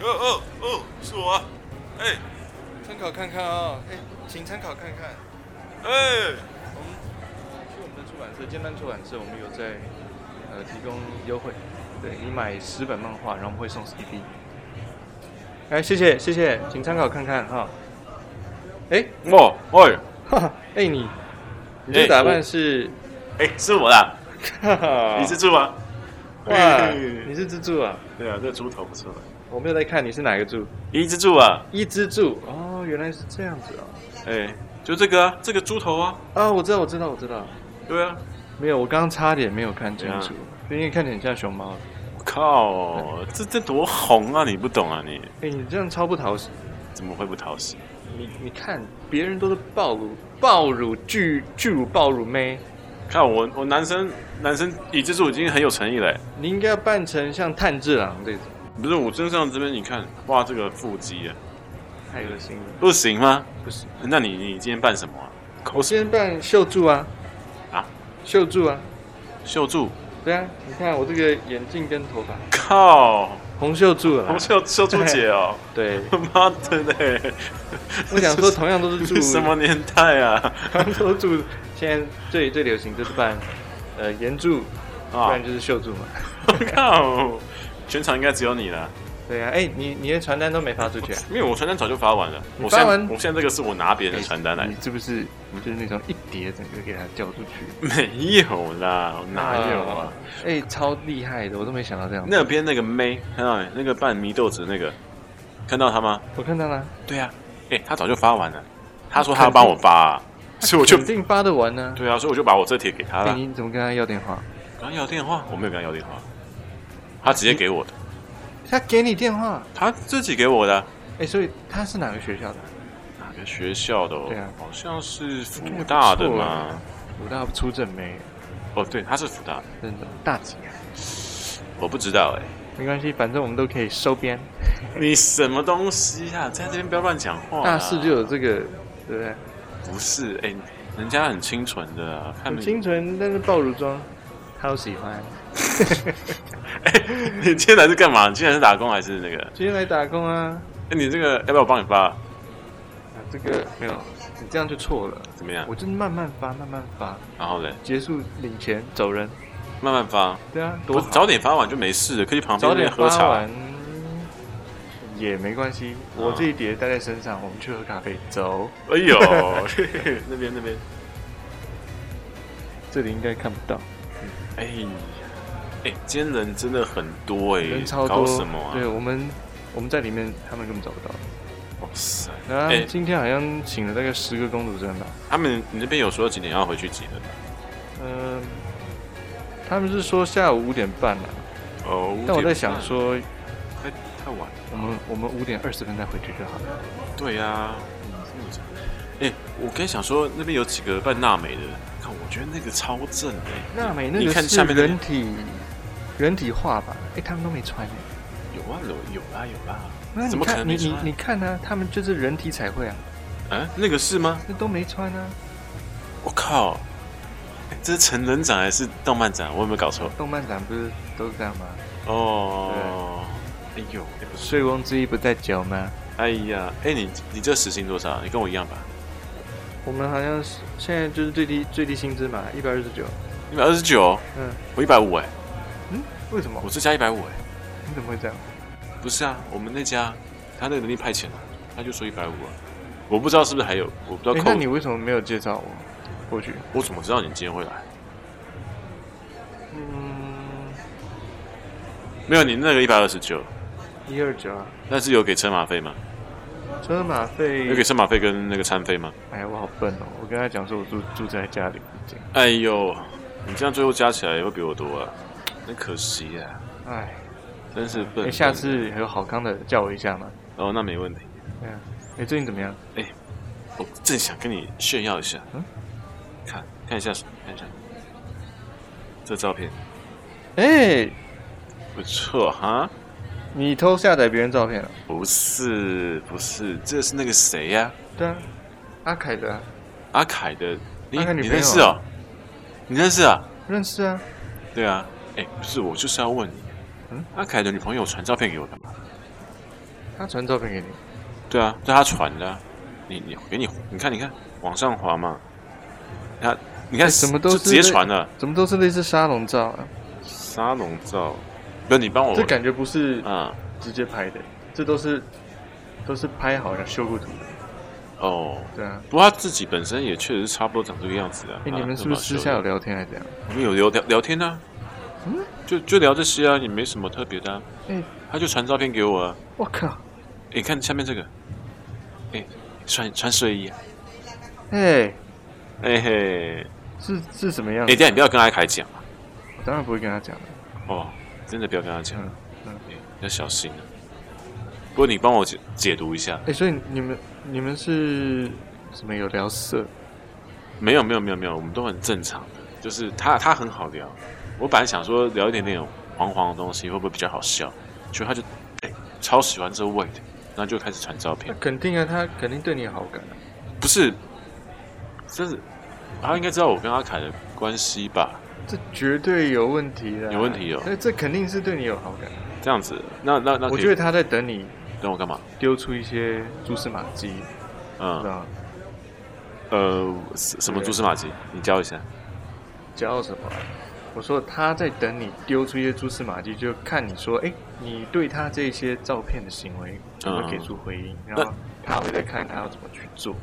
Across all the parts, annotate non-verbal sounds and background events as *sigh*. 哦哦哦，是我、啊，哎参考看看啊、哎、请参考看看。哎，我们去我们的出版社，尖端出版社，我们有在呃提供优惠，对你买十本漫画，然后我们会送 CD。哎，谢谢谢谢，请参考看看哈。哎，哇，喂，哈哈，哎你，你这个打扮是，哎，是我啦，哈哈，你是猪吗？哇，啊嘿你是蜘蛛啊？对啊，这猪头不错的，我没有在看你是哪个蛛，一只猪啊，一只柱哦，原来是这样子啊。哎，就这个啊，这个猪头啊，啊，我知道我知道我知道，对啊，没有，我刚刚差点没有看清怎楚，因为看起来很像熊猫。我靠，这这多红啊，你不懂啊你，哎，你这样超不讨喜。怎么会不讨喜？你你看，别人都是暴乳、暴乳、巨巨乳、暴乳妹，看我我男生男生一只猪已经很有诚意了、哎你应该要扮成像炭治郎这种，不是我身上这边你看，哇，这个腹肌啊，太恶心了，不行吗？不行。那你你今天扮什么啊？口我水先扮秀柱啊，啊，秀柱啊，秀柱，对啊，你看我这个眼镜跟头发，靠，红袖柱啊红，秀秀柱姐哦， *laughs* 对，妈的嘞！我想说同样都是 *laughs* 这是柱，什么年代啊？同样都是柱，现在最最流行就是扮呃岩柱，不啊然！就是秀柱嘛。我 *laughs* 靠，全场应该只有你了，对啊，哎、你你的传单都没发出去啊？因为我传单早就发完了。你我现在发完我现在这个是我拿别人的传单来哎你，是不是就是那种一叠整个给它掉出去？没有啦，我哪有啊？？哎、超厉害的，我都没想到这样。那边那个妹，看到没？那个扮祢豆子那个，看到他吗？我看到了，对啊，哎，他早就发完了，他说他要帮我发啊，所以我就肯定发得完呢、对啊，所以我就把我这帖给他哎，了。你怎么跟他要电话？跟他要电话，我没有跟他要电话，他直接给我的，他给你电话，他自己给我的啊。哎、所以他是哪个学校的？哪个学校的、哦？对啊好像是福大的嘛。武大出正妹，哦，对，他是福大的，真的大几啊？我不知道哎、 *laughs* 没关系，反正我们都可以收编。你什么东西啊？在这边不要乱讲话、啊。大四就有这个，对不对？不是哎、人家很清纯的、啊，他很们清纯，但是爆乳装，超喜 *laughs* 欢。 *laughs* 哎、你今天来是干嘛？你今天来是打工还是那个？今天来打工啊？哎、你这个要不要我帮你发？啊这个没有，你这样就错了。怎么样我？就是慢慢发，慢慢发，然后嘞，结束领钱走人。慢慢发，对啊，不多是好。早点发完就没事了，可以去旁边早那边点喝发茶完。也没关系，啊我这一碟带在身上，我们去喝咖啡。走，哎 *laughs* 呦，那边那边，这里应该看不到，哎、哎、今天人真的很多哎、人超搞多。什么啊？对我们，我们在里面，他们根本找不到。哇塞！然后哎今天好像请了大概十个公主生吧。他们你那边有说几点要回去集合？嗯、他们是说下午五点半了，哦，但我在想，说，太太晚了。我们我们五点二十分再回去就好了。对呀、啊，嗯是这样哎、我刚想说那边有几个扮娜美的，看我觉得那个超正哎、娜美那你个看是下面那个人体人体画吧？哎、他们都没穿哎、有啊有有啦有啦，那怎你么可能看你没你穿你看啊，他们就是人体彩绘啊，啊那个是吗？那都没穿啊，我靠！哎这是成人展还是动漫展？我有没有搞错？动漫展不是都是这样吗？哦，哎呦，哎不是，醉翁之意不在酒吗？哎呀，哎你你这时薪多少？你跟我一样吧？我们好像是现在就是最低最低薪资嘛，一百二十九。一百二十九，嗯我一百五哎，嗯，为什么我？这家一百五哎。你怎么会这样？不是啊，我们那家他那个能力派遣啊，他就说一百五啊，我不知道是不是还有，我不知道哎、扣。那你为什么没有介绍我过去？我怎么知道你今天会来？嗯，没有，你那个一百二十九，一二九啊，但是有给车马费吗？车马有给费。车马费跟那个餐费吗？哎，我好笨哦！我跟他讲说我住住在家里附近。哎呦，你这样最后加起来也会比我多啊，很可惜呀、哎，真是笨。哎，下次有好康的叫我一下嘛。哦，那没问题。对啊。哎，最近怎么样？我正想跟你炫耀一下，嗯看看一下，看一下这照片哎，不错哈。你偷下载别人照片了？不是不是，这是那个谁呀、对啊，阿凯的啊、阿凯的，你阿凯女你朋友认啊识哦？你认识啊？认识啊。对啊，哎，不是，我就是要问你，嗯阿凯的女朋友传照片给我干嘛？他传照片给你，对啊，对他传的啊、你你给你你看你看往上滑嘛，他你看哎什么都就是直接那传了怎么都是类似沙龙照啊？沙龙照，不是你帮我这感觉不是啊、直接拍的，这都是都是拍好的修过图的，哦，对啊。不过他自己本身也确实是差不多长这个样子啊。哎，啊你们是不是私下有？聊天还是怎样？我们有聊聊聊天啊，嗯就就聊这些啊，也没什么特别的、啊。哎，他就传照片给我啊，我靠，哎你看下面这个，哎，穿穿睡衣、啊，哎，哎嘿，是是什么样哎，等子？一下你不要跟阿凯讲啊，我当然不会跟他讲了。哦，真的不要跟他讲，嗯嗯哎要小心啊。不过你帮我解解读一下，哎，所以你们你们是什么有聊色？没有没有没有没有，我们都很正常的，就是他他很好聊。我本来想说聊一点点黄黄的东西会不会比较好笑，结果他就哎、超喜欢这味的，然后就开始传照那片。肯定啊，他肯定对你有好感啊。不是，真是他应该知道我跟阿凯的关系吧？这绝对有问题的，啊有问题哦那这肯定是对你有好感。啊这样子，那那那可以我觉得他在等你等我干嘛？丢出一些蛛丝马迹，知嗯道吗？呃，什什么蛛丝马迹？你教一下。叫什么啊？我说他在等你丢出一些蛛丝马迹，就看你说，哎，你对他这些照片的行为有没有嗯给出回应，然后他会再看他要怎么去做。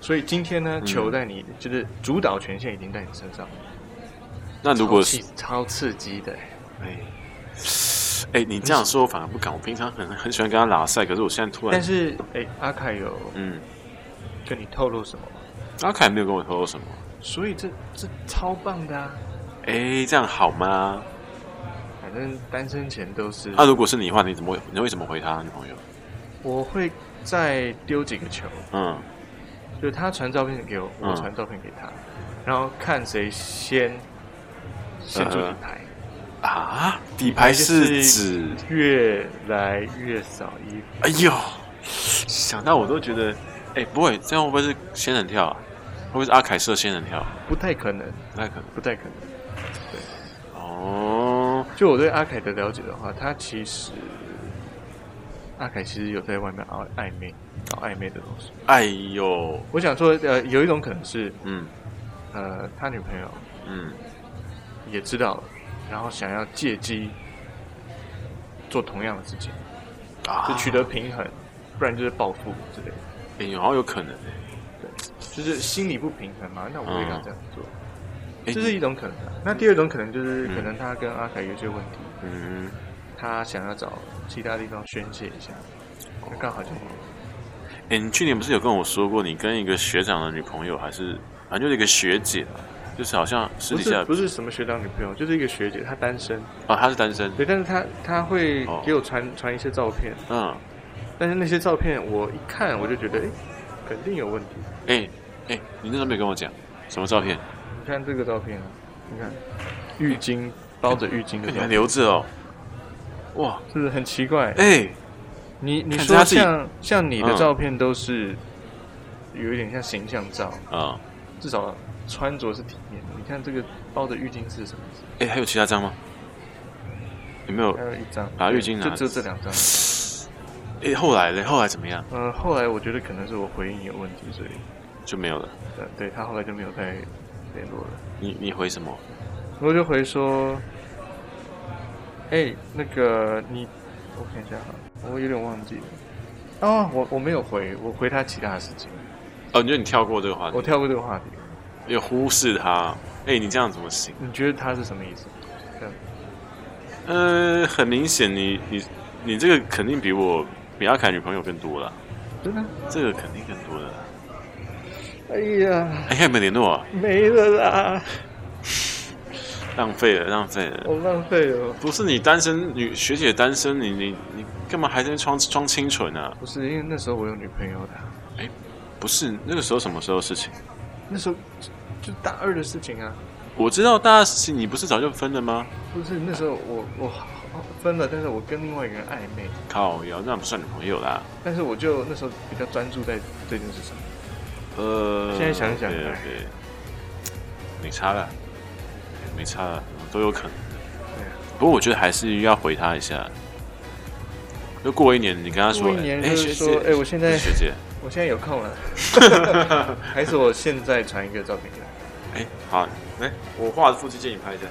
所以今天呢，嗯球在你就是主导权限已经在你身上，那如果超是气超刺激的，哎哎，你这样说我反而不敢。我平常很很喜欢跟他拉赛，可是我现在突然但是哎，阿凯有嗯，跟你透露什么吗？阿凯没有跟我透露什么。所以这这超棒的啊！哎，这样好吗？反正单身前都是，那、如果是你的话，你怎么会你会怎么回他女朋友？我会再丢几个球，嗯，就他传照片给我，嗯我传照片给他，然后看谁先先做底牌，啊，底牌是指，越来越少衣服。哎呦，想到我都觉得，哎，不会，这样会不会是仙人跳啊？会不会是阿凯射仙人跳啊？不太可能，不太可能不太可能。哦。就我对阿凯的了解的话，他其实阿凯其实有在外面搞暧昧，搞暧昧的东西。哎呦，我想说，呃，有一种可能是，嗯呃，他女朋友嗯，也知道了，然后想要借机做同样的事情，啊就取得平衡，不然就是报复之类的，哎呦，好像有可能就是心理不平衡嘛。那我为啥这样做？哎，这是一种可能啊、那第二种可能就是，可能他跟阿凯有些问题，嗯，他想要找其他地方宣泄一下，哦那刚好就哎，你去年不是有跟我说过，你跟一个学长的女朋友，还是反正就是一个学姐吧，就是好像私不底下是不是什么学长女朋友，就是一个学姐，她单身，啊，她是单身，对，但是她她会哦给我传传一些照片，嗯，但是那些照片我一看我就觉得，哎，肯定有问题。哎哎，你那时候没跟我讲什么照片？你看这个照片啊，你看浴巾包着浴巾你的照还片，留着哦，哇，是不是很奇怪？哎，你你看说他自己像像你的嗯照片都是有一点像形象照，啊，至少穿着是体面的。你看这个包着浴巾是什么意思？哎，还有其他张吗？有没有还？有一张啊把浴巾拿就只有这两张。哎，后来嘞，后来怎么样？嗯、后来我觉得可能是我回应有问题，所以就没有了。呃，对他后来就没有再联络了。你你回什么？我就回说，哎、那个你，我看一下哈，我有点忘记了。哦，我我没有回，我回他其他的事情，哦，你觉得你跳过这个话题我，跳过这个话题。又忽视他？哎，你这样怎么行？你觉得他是什么意思？呃，很明显，你你你这个肯定比我比阿凯女朋友更多了，真的？这个肯定更多的啦。哎呀，哎，还有没有联络啊？没了啦，浪费了，浪费了。我浪费了。不是你单身女学姐单身，你你你干嘛还在那装装清纯啊？不是因为那时候我有女朋友的，啊不是那个时候什么时候的事情？那时候就就大二的事情啊。我知道大家是你不是早就分了吗？不是那时候我我我分了，但是我跟另外一个人暧昧，靠腰，那不算女朋友啦。但是我就那时候比较专注在这件事上。呃，现在想想哎对对对，没差了，没差了，都有可能。对啊，不过我觉得还是要回他一下，就过一年，你跟他说，过一年哎、就学是说姐，哎我现在学姐，我现在有空 *laughs* 了，还是我现在传一个照片给他？哎、好，哎、我画的腹肌借你拍一下，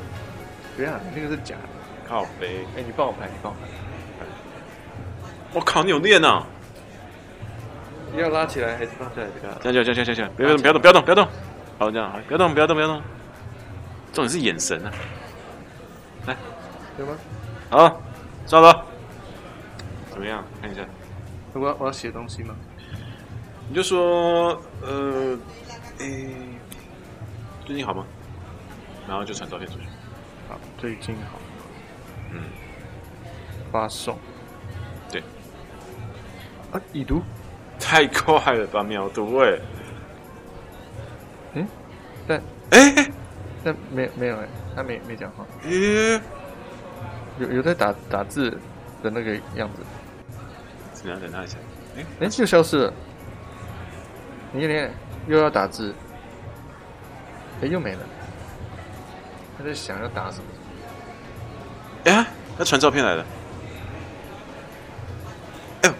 不要，那个是假的。靠背，哎，你帮我拍，你帮我拍，我靠，你有练啊！要拉起来还是放下来比较好？这样这样这样这样这样，不要动，不要动，不要动，不要动，好，这样好，不要动，不要动，不要动。重点是眼神啊！对吗？好，抓了，怎么样？看一下，我要我要写东西吗？你就说，呃，诶、最近好吗？然后就传照片出去。好，最近好，嗯，发送。对。啊，已读。太快了吧，秒读哎、嗯但哎、诶但没没有哎，他没没讲话，咦、有有在打打字的那个样子，怎么样？等他一下。哎、哎，就消失了。你连又要打字，哎，又没了。他在想要打什么？哎、呀，他传照片来了。哎呦，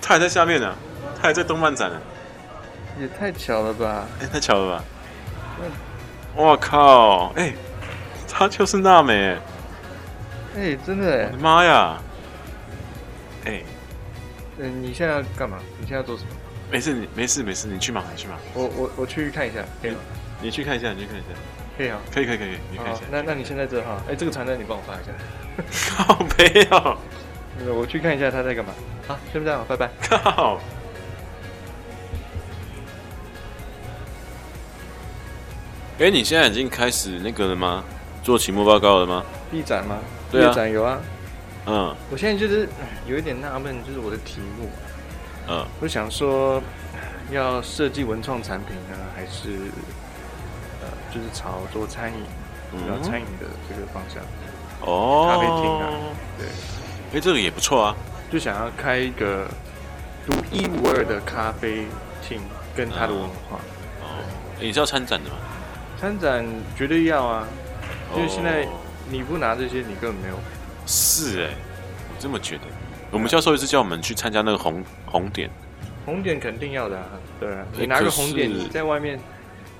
他还在下面呢、他还在动漫展呢、也太巧了吧！哎、太巧了吧！我靠！哎、她就是娜美、哎哎，真的我哎的，妈呀！哎、呃你现在要干嘛？你现在要做什么？没事，你没事，没事，你去忙，你去忙，我我我去看一下，可以吗？你去看一下，你去看一下，可以啊。可以，可以，可以，你看一好下，，哦那那你现在这哈，哎，这个传单你帮我发一下。靠哦没有，呃 *laughs* 我去看一下他在干嘛。好，先这样，拜拜。靠！哎、你现在已经开始那个了吗？做期末报告了吗？地展吗？对啊地展有啊。嗯我现在就是唉有一点纳闷，就是我的题目，嗯，我想说唉要设计文创产品呢，还是呃，就是朝做餐饮，然后嗯餐饮的这个方向，哦，咖啡厅啊对，哎、这个也不错啊，就想要开一个独一无二的咖啡厅，跟它的文化。哦，诶你是要参展的吗？参展绝对要啊，因为现在哦你不拿这些，你根本没有。是哎、我这么觉得。我啊们教授一直叫我们去参加那个红红点，红点肯定要的、啊，对啊，哎你拿个可是红点，你在外面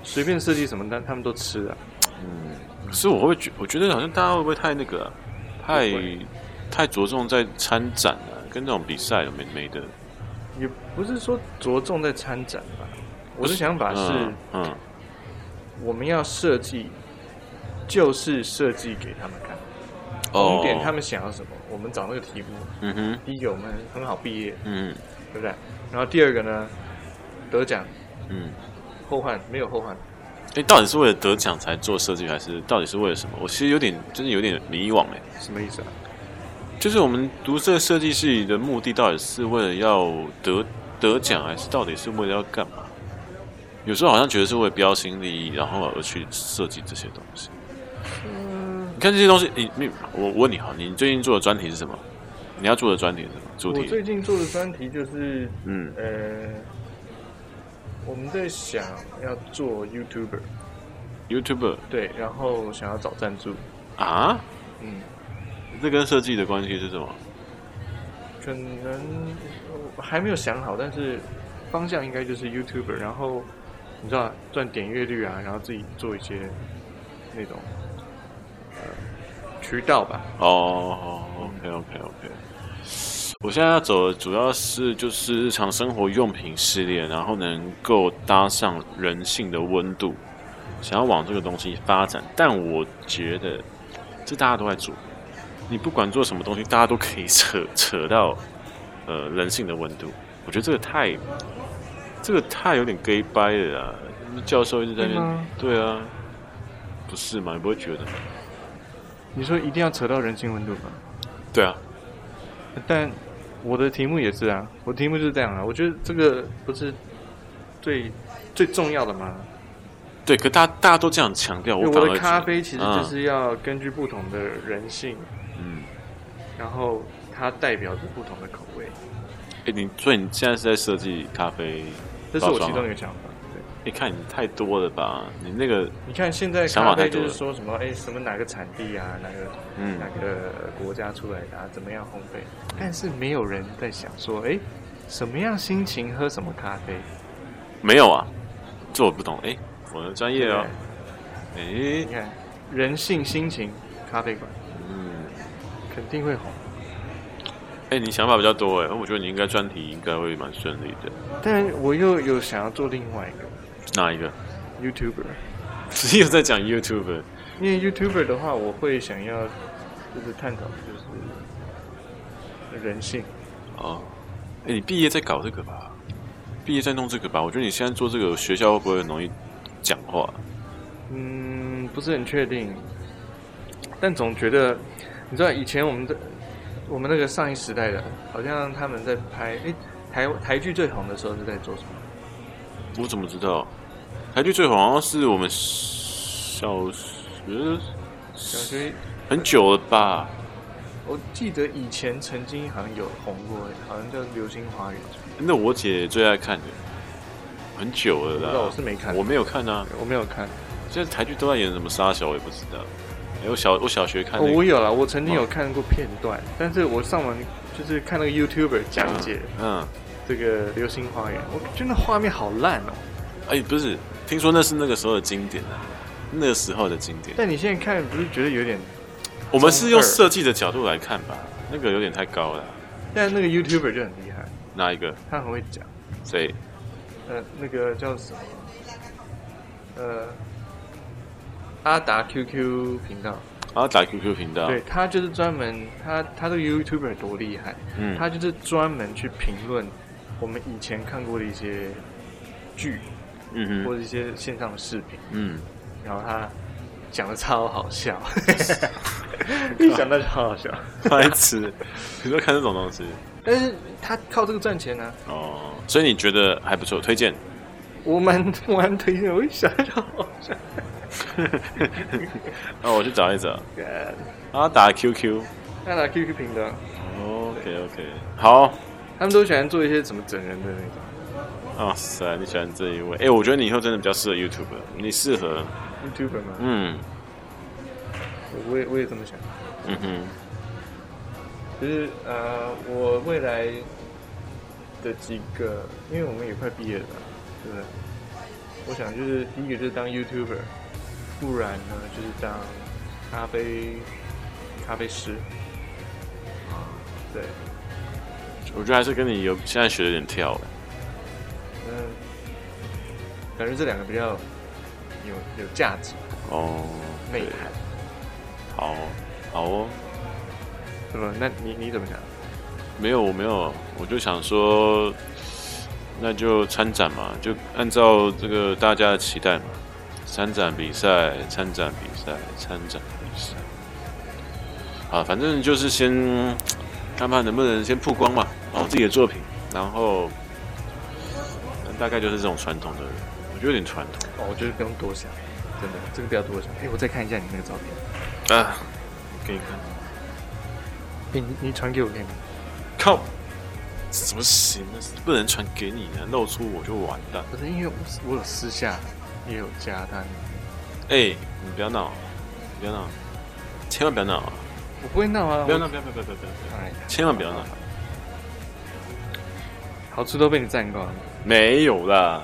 随便设计什么，他他们都吃的、啊。嗯，可是我会觉，我觉得好像大家会不会太那个啊、太不会太着重在参展了、跟那种比赛了没没的。也不是说着重在参展吧，我的想法啊是嗯，嗯我们要设计，就是设计给他们看，哦重点他们想要什么，我们找那个题目。嗯哼第一个，我们很好毕业，嗯对不对？然后第二个呢，得奖嗯，后患没有后患，哎、到底是为了得奖才做设计，还是到底是为了什么？我其实有点，真的有点迷惘哎、什么意思啊？就是我们读这个设计系的目的，到底是为了要得得奖，还是到底是为了要干嘛？有时候好像觉得是为了标新立异，然后而去设计这些东西。嗯，你看这些东西，你你我我问你哈，你最近做的专题是什么？你要做的专题是什么？主我题？最近做的专题就是，嗯，呃，我们在想要做 YouTuber， YouTuber 对，然后想要找赞助，啊？嗯，这跟设计的关系是什么？可能我还没有想好，但是方向应该就是 YouTuber，然后你知道赚点阅率啊，然后自己做一些那种呃渠道吧。哦，OK OK OK。我现在要走的主要是就是日常生活用品系列，然后能够搭上人性的温度，想要往这个东西发展。但我觉得这大家都在做，你不管做什么东西，大家都可以扯扯到呃人性的温度。我觉得这个太这个太有点 gay 掰了啦。教授一直在那会边吗，对啊，不是吗？你不会觉得吗？你说一定要扯到人性温度吗？对啊，但我的题目也是啊，我题目就是这样啊。我觉得这个不是最最重要的吗？对，可大大家都这样强调，因为反我而的咖啡其觉实得就是要根据不同的人性，嗯，然后它代表着不同的口味。哎、诶你所以你现在是在设计咖啡，这是我包装其啊中一个想法。对，你看你太多了吧？你那个，你看现在想法咖太啡多就了是说什么哎什么哪个产地啊，哪个嗯哪个国家出来的啊，怎么样烘焙？但是没有人在想说哎什么样心情喝什么咖啡，没有啊，这我不懂。哎，我的专业对不哦对。哎你，看人性心情咖啡馆嗯，肯定会红，哎，你想法比较多哎，我觉得你应该专题应该会蛮顺利的。但我又有想要做另外一个哪一个？ *laughs* YouTuber，只有在讲 YouTube，因为 YouTuber 的话，我会想要就是探讨就是人性。哦，哎，你毕业在搞这个吧？毕业在弄这个吧？我觉得你现在做这个，学校会不会很容易讲话？嗯，不是很确定，但总觉得，你知道以前我们的我们那个上一时代的，好像他们在拍，诶，台台剧最红的时候是在做什么？我怎么知道？台剧最红好像是我们小学小学很久了吧？我记得以前曾经好像有红过，好像叫《流星花园》，那我姐最爱看的，很久了不知道我啦。是没看，我没有看啊，我没有看，现在台剧都在演什么沙小，我也不知道。哎我小我小学看哦那我个，有了，我曾经有看过片段，但是我上网就是看那个 YouTuber 讲解嗯，这个《流星花园》，我觉得那画面好烂哦。哎，不是，听说那是那个时候的经典啊，那时候的经典。但你现在看，不是觉得有点我们是用设计的角度来看吧，那个有点太高了。但那个 YouTuber 就很厉害，哪一个？他很会讲。谁？呃，那个叫什么？呃，阿达 QQ 频道，啊，打 QQ 频道。对，他就是专门他他这个 YouTuber 多厉害，嗯，他就是专门去评论我们以前看过的一些剧嗯或哼，者一些线上的视频，嗯， *laughs* 然后他讲的超好笑，一想到就好好笑。白痴，你说看这种东西但是他靠这个赚钱呢、啊哦，所以你觉得还不错，推荐。我蛮我蛮推荐，我一想到就好 *laughs* 笑。那我去找一找。干啊，打 QQ。他拿 QQ 频道， OK OK，好。他们都喜欢做一些什么整人的那种哇塞，你喜欢这一位？哎、我觉得你以后真的比较适合 YouTube，你适合， YouTuber 嘛。嗯我也我也这么想，嗯哼，就是呃，我未来的几个，因为我们也快毕业了，对不对？我想就是第一个就是当 YouTuber，不然呢就是当咖啡咖啡师。啊对，我觉得还是跟你有现在学的有点跳了。嗯，感觉这两个比较有有价值、哦，内对涵，好好哦，是吧？那你你怎么想？没有我没有，我就想说，那就参展嘛，就按照这个大家的期待嘛，参展比赛，参展比赛，参展比赛。啊，反正就是先看看能不能先曝光嘛，哦，自己的作品，然后嗯大概就是这种传统的，我觉得有点传统哦，我觉得不用多想，真的，这个不要多想。哎，我再看一下你那个照片，啊，给你看，哎，你你传给我看看。靠，这怎么行呢？不能传给你呢，露出我就完蛋。不是因为我我有私下也有加他，哎、你不要闹，你不要闹，啊千万不要闹啊，我不会闹啊，不要我闹，。不要不要不要不要不要不要，哎呀，千万不要闹，好处都被你占光了。没有啦，